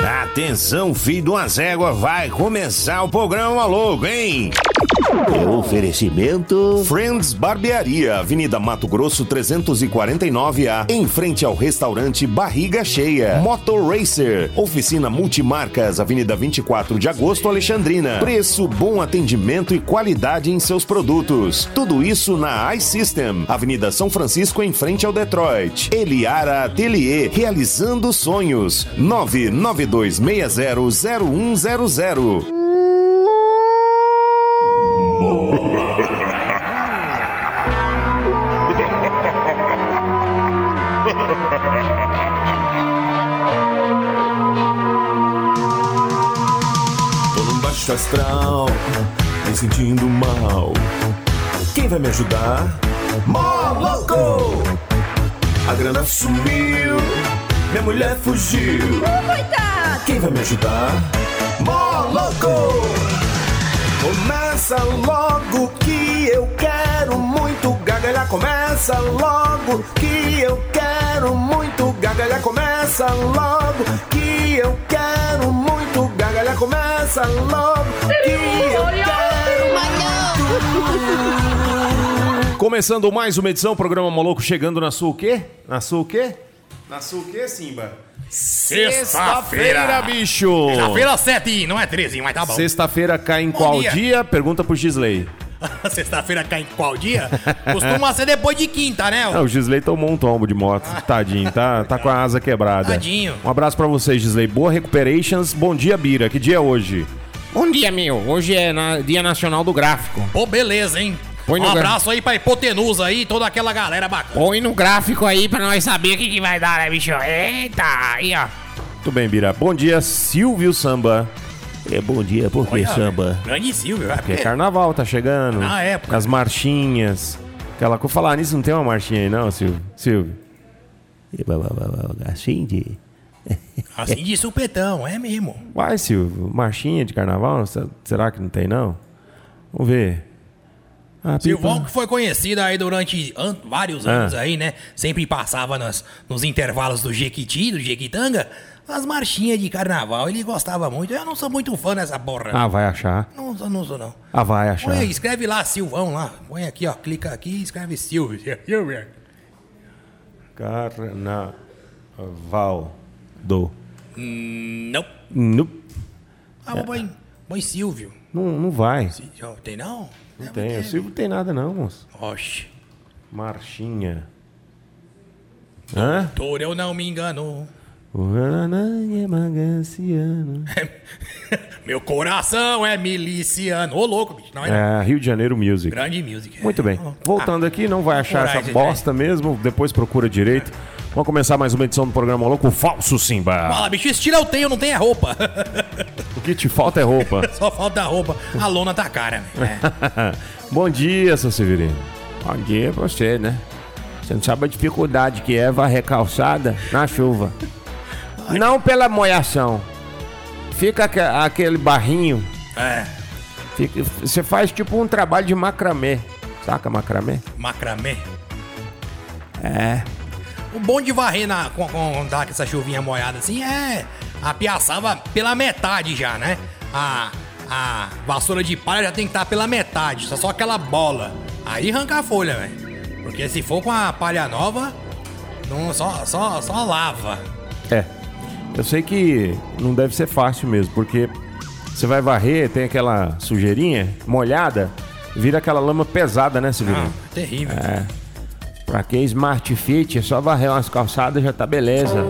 Atenção, filho de uma zégua, vai começar o programa louco, hein? É oferecimento Friends Barbearia, Avenida Mato Grosso 349A, em frente ao restaurante Barriga Cheia. Motor Racer, oficina multimarcas, Avenida 24 de Agosto, Alexandrina. Preço, bom atendimento e qualidade em seus produtos. Tudo isso na iSystem, Avenida São Francisco, em frente ao Detroit. Eliara Atelier, realizando sonhos. 992600100. Tô num baixo astral, me sentindo mal. Quem vai me ajudar? Mó louco! A grana sumiu, minha mulher fugiu. Quem vai me ajudar? Mó louco! Começa logo que eu quero muito gagalhar. Começa logo que eu quero muito gagalhar. Começa logo que eu quero muito gagalhar. Começa logo que eu quero Começando mais uma edição, programa maluco chegando na sua o quê? Na sua o quê? Na sua o quê, Simba? Sexta-feira, bicho! Sexta-feira 7, não é 13, mas tá bom. Sexta-feira cai em Bom qual dia? dia. Pergunta pro Gisley. Sexta-feira cai em qual dia? Costuma ser depois de quinta, né? Ah, o Gisley tomou um tombo de moto. Tadinho, tá, tá com a asa quebrada. Ah. Tadinho. Um abraço pra vocês, Gisley. Boa recuperations. Bom dia, Bira. Que dia é hoje? Bom dia, meu. Hoje é na- Dia Nacional do Gráfico. Pô, beleza, hein? Põe no um gan- abraço aí pra hipotenusa aí, toda aquela galera bacana. Põe no gráfico aí pra nós saber o que, que vai dar, né, bicho? Eita, aí, ó. Tudo bem, Bira. Bom dia, Silvio Samba. É bom dia, por que samba? Grande Que Silvio, é é porque- carnaval, tá chegando. Na época. As marchinhas. Aquela coisa. Falar nisso, não tem uma marchinha aí, não, Silvio? Silvio. Assim de... Assim de supetão, é mesmo. Vai, Silvio, marchinha de carnaval? se- Será que não tem, não? Vamos ver. Ah, Silvão que foi conhecido aí durante an- vários anos aí, né? Sempre passava nas, nos intervalos do Jequiti, do Jequitanga, as marchinhas de carnaval. Ele gostava muito. Eu não sou muito fã dessa porra. Ah, vai achar. Não, sou- não sou, não. Ah, vai achar. Põe, aí, escreve lá, Silvão, lá. Põe aqui, ó. Clica aqui e escreve Silvio. Silvio. Carnaval do. Não. Não, Ah, põe, põe Silvio. não, não vai. Ó, Tem não? É, Não tem. O Silvio não tem nada, não, moço. Oxi. Marchinha. Hã? Doutor, eu não me engano. O Rananã é Maganciano. Meu coração é miliciano. Ô, louco, bicho. Não é, não. É, Rio de Janeiro Music. Grande music. é. Ah. Muito bem. Voltando aqui, não vai achar Moraes, essa né? bosta mesmo, depois procura direito. Vamos começar mais uma edição do programa Louco Falso Ah, Simba. Fala, bicho, estilo eu tenho, não tem é roupa. O que te falta é roupa. Só falta a roupa. A lona tá cara, né? Bom dia, seu Severino. Bom dia pra você, né? Você não sabe a dificuldade que é varrer calçada na chuva. Não pela molhação. Fica aque- aquele barrinho. É. fica- você faz tipo um trabalho de macramê. Saca macramê? Macramé. É. O bom de varrer na, com, com, tá, com essa chuvinha molhada assim é. A piaçava pela metade já, né? A, a vassoura de palha já tem que estar pela metade, só, só aquela bola. Aí arranca a folha, velho. Porque se for com a palha nova, não, só, só, só lava. É. Eu sei que não deve ser fácil mesmo, porque você vai varrer, tem aquela sujeirinha molhada, vira aquela lama pesada, né, Ah, Severino? terrível. Pra quem é smart fit, é só varrer umas calçadas já tá beleza.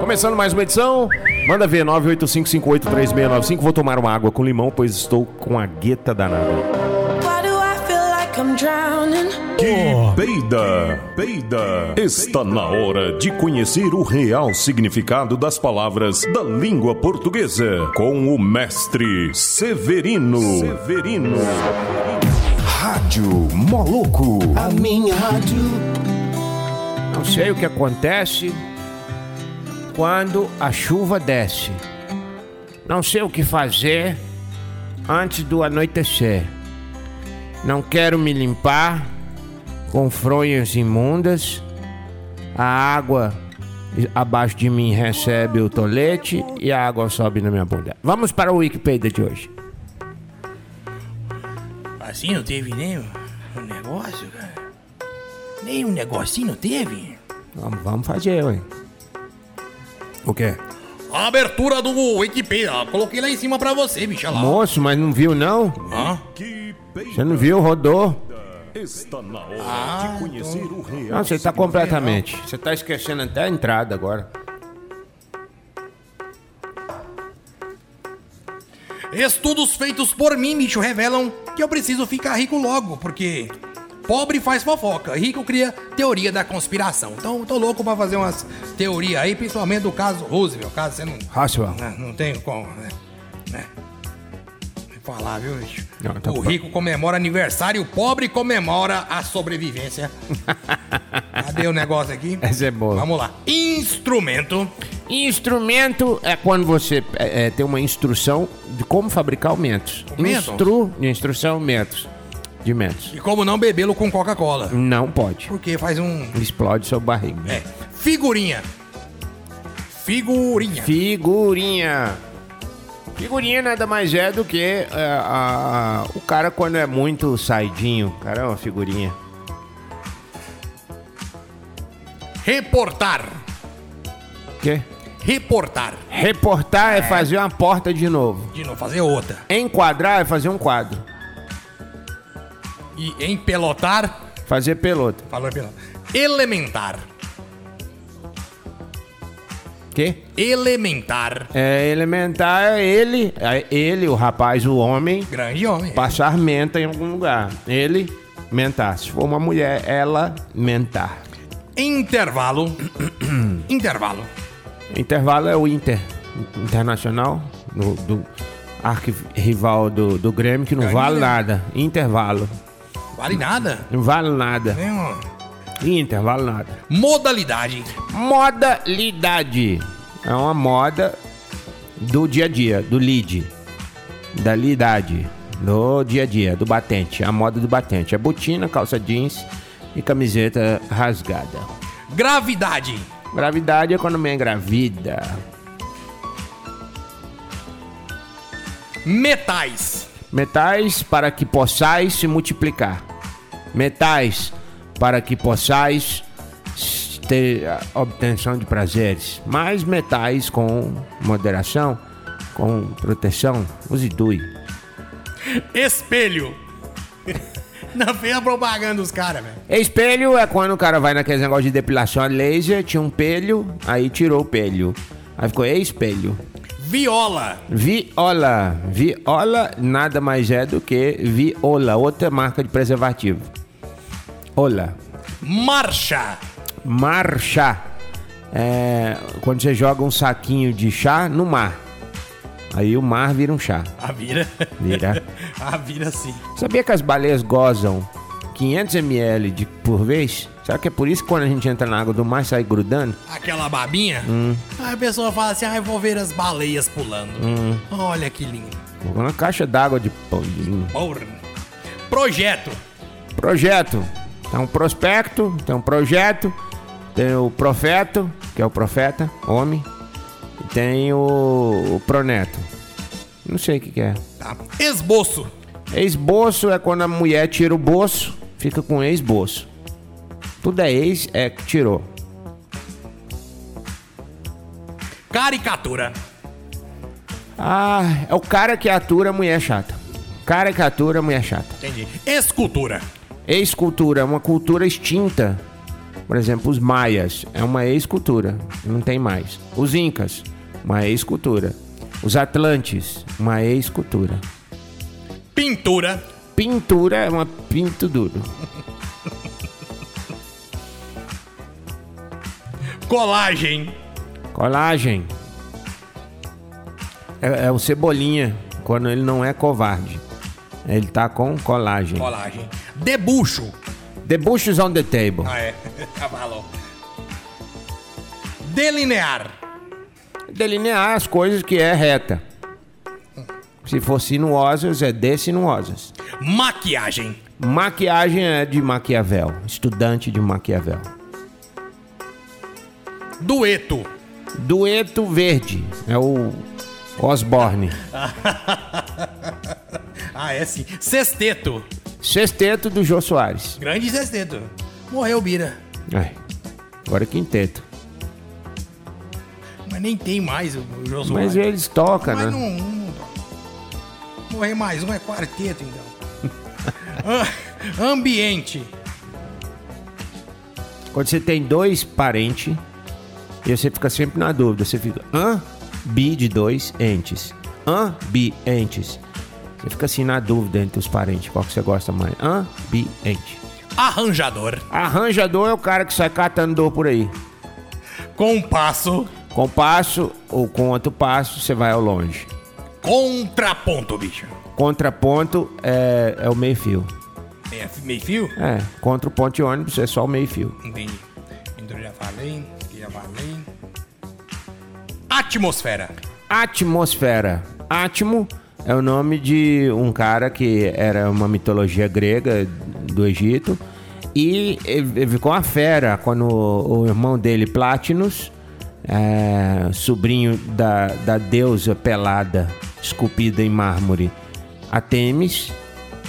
Começando mais uma edição, manda ver 985583695. Vou tomar uma água com limão, pois estou com a gueta danada. Why do I feel like I'm drowning? Peida, peida. Está na hora de conhecer o real significado das palavras da língua portuguesa com o mestre Severino. Severino. Rádio Moloco. Não sei o que acontece quando a chuva desce. Não sei o que fazer antes do anoitecer. Não quero me limpar com fronhas imundas. A água abaixo de mim recebe o tolete e a água sobe na minha bunda. Vamos para o Wikipedia de hoje. Assim não teve nem um um negócio, cara? Nem um negocinho não teve? Vamos, vamos fazer, ué. O quê? A abertura do Wikipedia, ó, coloquei lá em cima pra você, bicha lá. Moço, mas não viu não? Hã? Que Você não viu, rodou? está na hora Ah, de então- conhecer o real. Não, você tá completamente. Você tá esquecendo até a entrada agora. Estudos feitos por mim, bicho, revelam que eu preciso ficar rico logo, porque pobre faz fofoca, rico cria teoria da conspiração. Então, tô louco pra fazer umas teorias aí, principalmente do caso Roosevelt, caso você não, Roswell. né, não tem como, né? né? Vou Falar, viu, bicho? Não, tá o bom. rico comemora aniversário, o pobre comemora a sobrevivência. Cadê o negócio aqui? Essa é boa. Vamos lá. Instrumento. Instrumento é quando você é, é, tem uma instrução de como fabricar o mentos. mentos? Instru, instrução mentos. De mentos. E como não bebê-lo com Coca-Cola? Não pode. Porque faz um Explode sua barriga. É, figurinha. Figurinha. Figurinha. Figurinha nada mais é do que é, a- a- o cara quando é muito saidinho. O cara é uma figurinha. Reportar. O quê? Reportar. Reportar é fazer uma porta de novo. De não fazer outra. Enquadrar é fazer um quadro. E empelotar. Fazer pelota. Falou empelotar. Elementar. O quê? Elementar. É elementar é ele, é ele, o rapaz, o homem, Grande homem. passar menta em algum lugar. Ele, mentar. Se for uma mulher, ela, mentar. Intervalo. Intervalo. Intervalo é o Inter Internacional, do, do arqui-rival do, do Grêmio, que não Grande vale Grêmio. nada. Intervalo. Vale nada. Não vale nada. Tem um- Inter, vale nada. Modalidade. Modalidade. É uma moda do dia a dia, do lead. Da lidade. Do dia a dia, do batente. A moda do batente. É botina, calça jeans e camiseta rasgada. Gravidade. Gravidade é quando me engravida. Metais. Metais para que possais se multiplicar. Metais para que possais ter a obtenção de prazeres. Mas metais com moderação, com proteção, use dui. Espelho. Não fez a propaganda dos caras, velho. Espelho é quando o cara vai naqueles negócios de depilação a laser, tinha um pelho, aí tirou o pelho. Aí ficou espelho. Viola. Viola. Viola nada mais é do que viola, outra marca de preservativo. Ola. Marcha. Marcha. É quando você joga um saquinho de chá no mar. Aí o mar vira um chá. A vira. Vira. A vira sim. Sabia que as baleias gozam 500 ml de, por vez? Será que é por isso que quando a gente entra na água do mar sai grudando? Aquela babinha. Aí a pessoa fala assim, ah, eu vou ver as baleias pulando. Olha que lindo. Vou Uma caixa d'água de pão. de- Porra. Projeto. Projeto. Tem um prospecto, tem um projeto, tem o profeto, que é o profeta, homem, e tem o, o proneto. Não sei o que, que é. Tá. Esboço. Esboço é quando a mulher tira o bolso, fica com esboço. Tudo é ex, é que tirou. Caricatura. Ah, é o cara que atura a mulher chata. Cara que atura a mulher chata. Entendi. Escultura. Ex-cultura é uma cultura extinta. Por exemplo, os maias é uma ex-cultura, não tem mais. Os incas, uma ex-cultura. Os atlantes, uma ex-cultura. Pintura. Pintura é uma pinto duro. Colagem. Colagem. É, é o cebolinha, quando ele não é covarde. Ele tá com colagem. Colagem. Debucho. Debuchos on the table. Ah, é. Cavalo. Delinear. Delinear as coisas que é reta. Se for sinuosas, é de sinuosas. Maquiagem. Maquiagem é de Maquiavel. Estudante de Maquiavel. Dueto. Dueto Verde. É o Osborne. Ah, é sim. Sexteto. Sexteto do Jô Soares. Grande sexteto. Morreu, Bira. Ai, agora é quinteto. Mas nem tem mais o o Jô Soares. Mas eles tocam, Mas né? não, não- Morrer mais um é quarteto, então. Am- Ah, ambiente. Quando você tem dois parentes, e você fica sempre na dúvida. Você fica hã? Bi de dois entes. Hã? Bi entes. Você fica assim na dúvida entre os parentes, qual que você gosta mais. Hã? Bi ente. Arranjador. Arranjador é o cara que sai catando dor por aí. Compasso. Com passo ou com outro passo, você vai ao longe. Contraponto, bicho. Contraponto é, é o meio fio. É meio fio? É, contra o ponto de ônibus é só o meio fio. Entendi. Então já falei, já falei. Atmosfera. Atmosfera. Atmo é o nome de um cara que era uma mitologia grega do Egito e ele ficou uma fera quando o, o irmão dele, Platinus, é, sobrinho da, da deusa pelada esculpida em mármore, Atemis,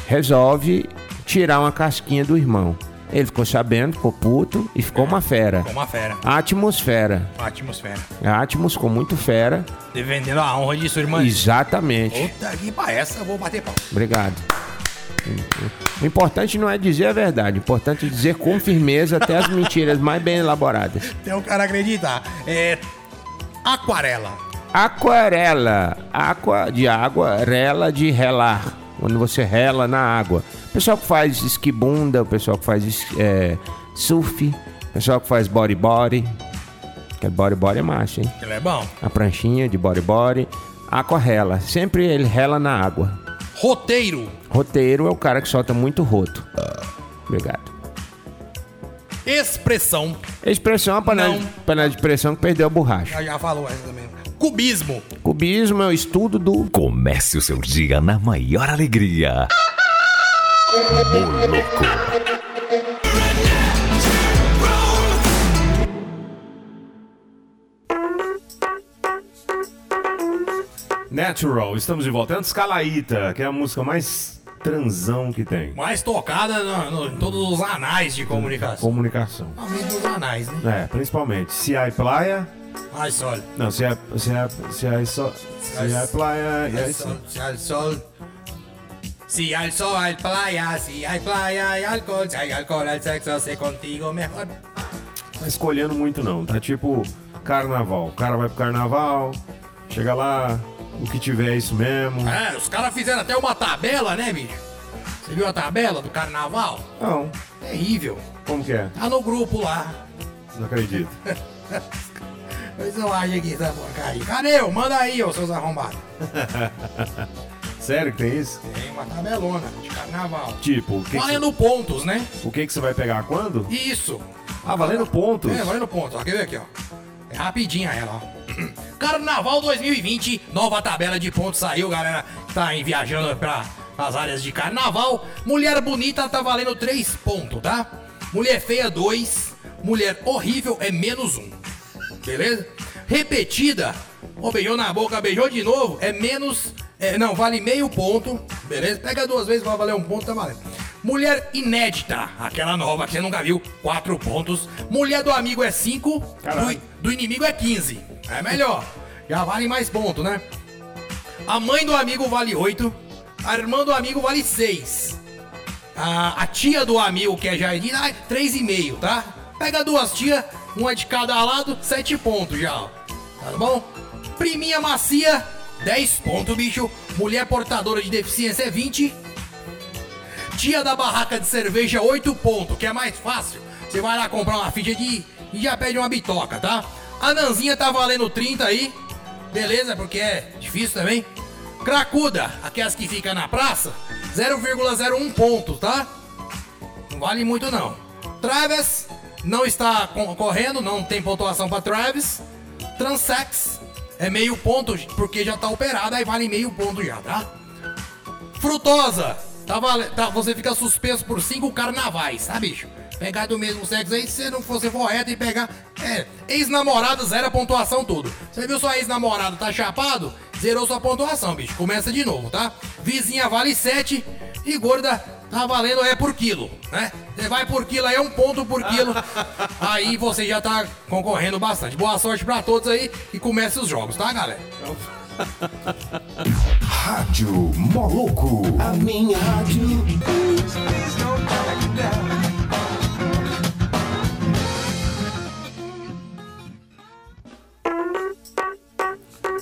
resolve tirar uma casquinha do irmão. Ele ficou sabendo, ficou puto e ficou uma fera. Com É uma fera. Atmosfera. Atmosfera. Atmos ficou muito fera. Defendendo a honra de sua irmã. Exatamente. Puta que pariu, essa eu vou bater pau. Obrigado. O importante não é dizer a verdade, o importante é dizer com firmeza até as mentiras mais bem elaboradas. Até o um cara acreditar. É. Aquarela. Aquarela, água de água, rela de relar, quando você rela na água. O pessoal que faz esquibunda, o pessoal que faz es- é, surf, o pessoal que faz body-body, que body-body é macho, hein? Ele é bom. A pranchinha de body-body, aquarela, sempre ele rela na água. Roteiro. Roteiro é o cara que solta muito roto. Obrigado. Expressão. Expressão é uma panela, Não. panela de pressão que perdeu a borracha. Já, já falou essa também. Cubismo. Cubismo é o estudo do. Comece o seu dia na maior alegria. Natural, estamos de volta. Antes, Calaíta, que é a música mais transão que tem. Mais tocada no- no- em todos os anais de comunicação. Comunicação. Principalmente nos anais, né? É, principalmente. Se há praia. Ai, sol. Não, se há. Se há. Se há. só- Se há praia. e Ai, aí sol. só- Se al sol. Se al sol, al playa. Se al playa, hay alcohol. Se hay alcohol, al sexo. Se contigo, mejor. Tá escolhendo muito, não. Tá tipo carnaval. O cara vai pro carnaval, chega lá, o que tiver é isso mesmo. É, os caras fizeram até uma tabela, né, bicho? Você viu a tabela do carnaval? Não, Terrível. como que é? Tá no grupo lá. Não acredito. Mas eu acho que essa porcaria. Cadê eu? Manda aí, ô seus arrombados. Sério que tem isso? Tem uma tabelona de carnaval. Tipo, o que, que, Valendo pontos, né? o que, que você vai pegar quando? Isso. Ah, valendo pontos. É, valendo pontos. Ó, quer ver aqui, ó. É rapidinha ela, ó. Carnaval 2020, nova tabela de pontos saiu, galera. Tá aí viajando pra as áreas de carnaval. Mulher bonita tá valendo 3 pontos, tá? Mulher feia, 2. Mulher horrível é menos 1. Beleza? Repetida, ou beijou na boca, beijou de novo, é menos. é, não, vale meio ponto. Beleza? Pega duas vezes, vai valer um ponto, tá valendo. Mulher inédita, aquela nova que você nunca viu, quatro pontos. Mulher do amigo é cinco, do, do inimigo é 15. É melhor. Já vale mais ponto, né? A mãe do amigo vale 8. A irmã do amigo vale 6. A, a tia do amigo, que é Jairina, ah, 3,5, tá? Pega duas tias, uma de cada lado, 7 pontos já, ó. Tá bom? Priminha macia, 10 pontos, bicho. Mulher portadora de deficiência é 20. Tia da barraca de cerveja, 8 pontos, que é mais fácil. Você vai lá comprar uma ficha de. e já pede uma bitoca, tá? A Nanzinha tá valendo 30 aí. Beleza, porque é difícil também. Cracuda, aquelas que fica na praça, 0,01 ponto, tá? Não vale muito não. Travis não está concorrendo, não tem pontuação pra Travis. Transex é meio ponto, porque já tá operada, aí vale meio ponto já, tá? Frutosa, tá vale- tá- você fica suspenso por cinco carnavais, tá, bicho? pegar do mesmo sexo aí, se você não fosse for reto e pegar. É, ex-namorado zera a pontuação tudo. Você viu sua ex-namorado tá chapado? Zerou sua pontuação, bicho. Começa de novo, tá? Vizinha vale 7 e gorda tá valendo é por quilo, né? Você vai por quilo aí, é um ponto por quilo. Aí você já tá concorrendo bastante. Boa sorte pra todos aí e comece os jogos, tá, galera? Rádio Moloco. A minha rádio.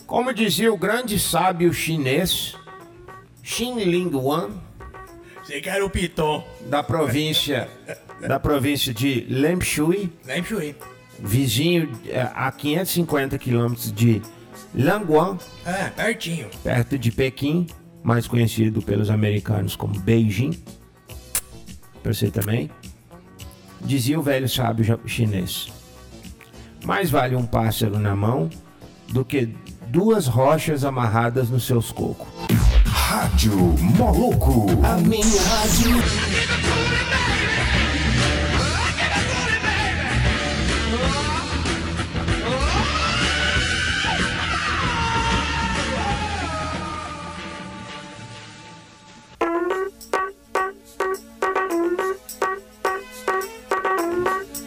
Como dizia o grande sábio chinês, Xin Lingwan, Você quer o Piton, da província da província de Lemshui, né, Chuí? vizinho eh, a 550 quilômetros de Languan, É, pertinho. perto de Pequim, mais conhecido pelos americanos como Beijing, para você também, dizia o velho sábio ja- chinês: Mais vale um pássaro na mão do que duas rochas amarradas nos seus cocos. Rádio Moloco.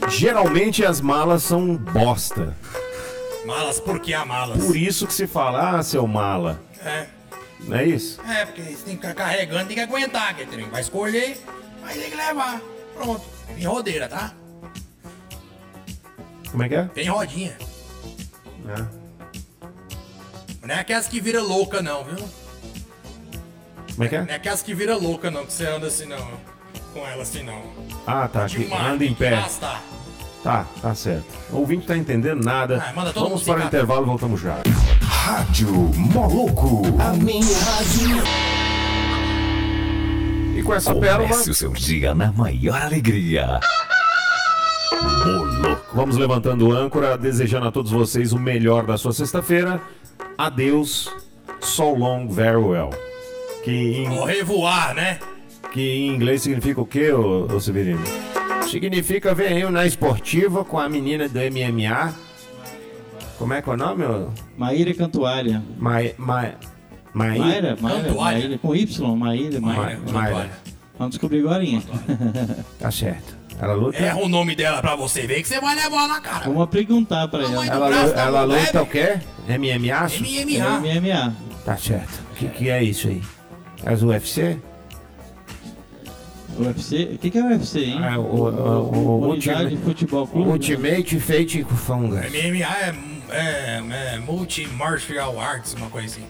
Geralmente as malas são um bosta. Malas, por que há malas? Por isso que se fala, ah, seu mala. É. Não é isso? É, porque você tem que ficar carregando, tem que aguentar, que trem vai escolher, mas tem que levar. Pronto. Tem rodeira, tá? Como é que é? Tem rodinha. né? Ah. Não é aquelas que vira louca, não, viu? Como é que é? Não é aquelas que vira louca, não, que você anda assim, não. Com ela assim, não. Ah, tá. De Aqui. uma- Anda em de pé. arrastar. Tá, tá certo. O ouvinte tá entendendo nada. Ah, manda todo Vamos mundo para o ficar- intervalo, voltamos já. Rádio Moloco. E com essa pérola, Comece o seu dia na maior alegria. vamos levantando o âncora, desejando a todos vocês o melhor da sua sexta-feira. Adeus. So long, very well. Que em, Ou revoar, né? que em inglês significa o quê, ô, ô Severino? Significa ver eu na esportiva com a menina do MMA. Como é que é o nome? ô? Maíra Cantuária. Ma, ma, Maí- Maíra, Maíra, Cantuária. Maíra. Com Y, Maíra, É, Maíra. Ma- Maíra. né? Vamos descobrir agora. Tá certo. Ela luta? É, Erra o nome dela pra você ver que você vai levar na cara. Vamos perguntar pra ela. Ela, lu- ela né? luta o quê? MMA? MMA. MMA. Tá certo. O que, que é isso aí? É As UFC? UFC. O que, que é UFC, hein? É, o, o, o, o, Unidade ultimate, de Futebol Clube. ultimate Fate Funga. MMA é, é, é Multi Martial Arts, uma coisa assim.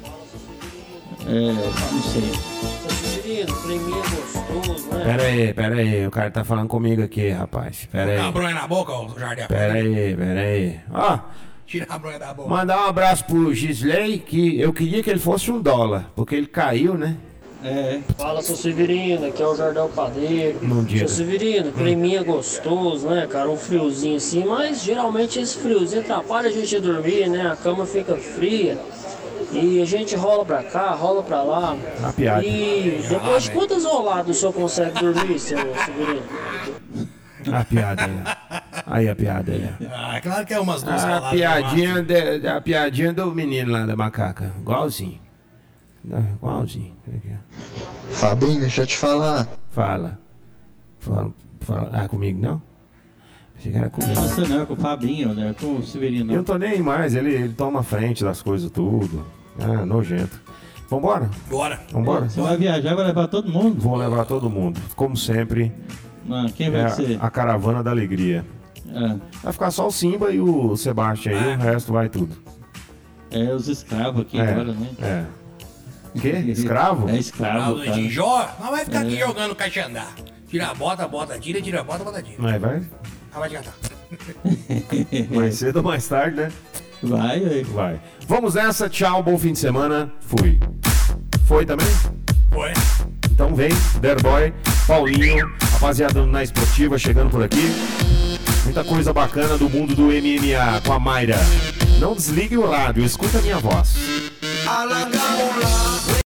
É, não sei. é né? Pera aí, pera aí. O cara tá falando comigo aqui, rapaz. Pera Tá a aí. bronha na boca, ô Jardel? Pera aí, pera aí. Ó, Tira a bronha da boca. mandar um abraço pro Gisley, que eu queria que ele fosse um dólar, porque ele caiu, né? É, Fala, seu Severino, aqui é o Jardel Padeiro. Bom dia. Seu Severino, creminha gostoso, né, cara? Um friozinho assim, mas geralmente esse friozinho atrapalha a gente a dormir, né? A cama fica fria. E a gente rola pra cá, rola pra lá. Uma Tá piada. E depois de quantas roladas o senhor consegue dormir, seu Severino? A piada aí. ó. Aí a piada aí. ó. Ah, claro que é umas duas A saladas, piadinha, de- a piadinha do menino lá da macaca. Igualzinho. Não, Igualzinho. Aqui, ó. Fabinho, deixa eu te falar. Fala. Fala. Fala. Ah, comigo não? Pensei que era comigo. você não é com o Fabinho, né? Com o Severino. Eu não tô nem mais, ele, ele toma frente das coisas tudo. Ah, nojento. Vambora? mas- Bora. Vambora? Você vai viajar, vai levar todo mundo? Vou levar todo mundo. Como sempre, Não, quem é vai ser? a, a caravana da alegria. É, Vai ficar só o Simba e o Sebastião aí, o resto vai tudo. é os escravos aqui É. agora, né? É. Quê? Escravo? É Ah, escravo, o cara. de Jó, mas vai ficar aqui jogando caixa andar. Tira a bota, bota, tira, tira a bota, bota, tira. Mas é, vai. Ah, vai te cantar. Mais cedo ou mais tarde, né? Vai, é. Vai. Vamos nessa, tchau, bom fim de semana. Fui. Foi também? Foi. Então vem, Derboy, Paulinho, rapaziada do na esportiva chegando por aqui. Muita coisa bacana do mundo do MMA com a Mayra. Não desligue o rádio, escuta a minha voz. Alagaulá.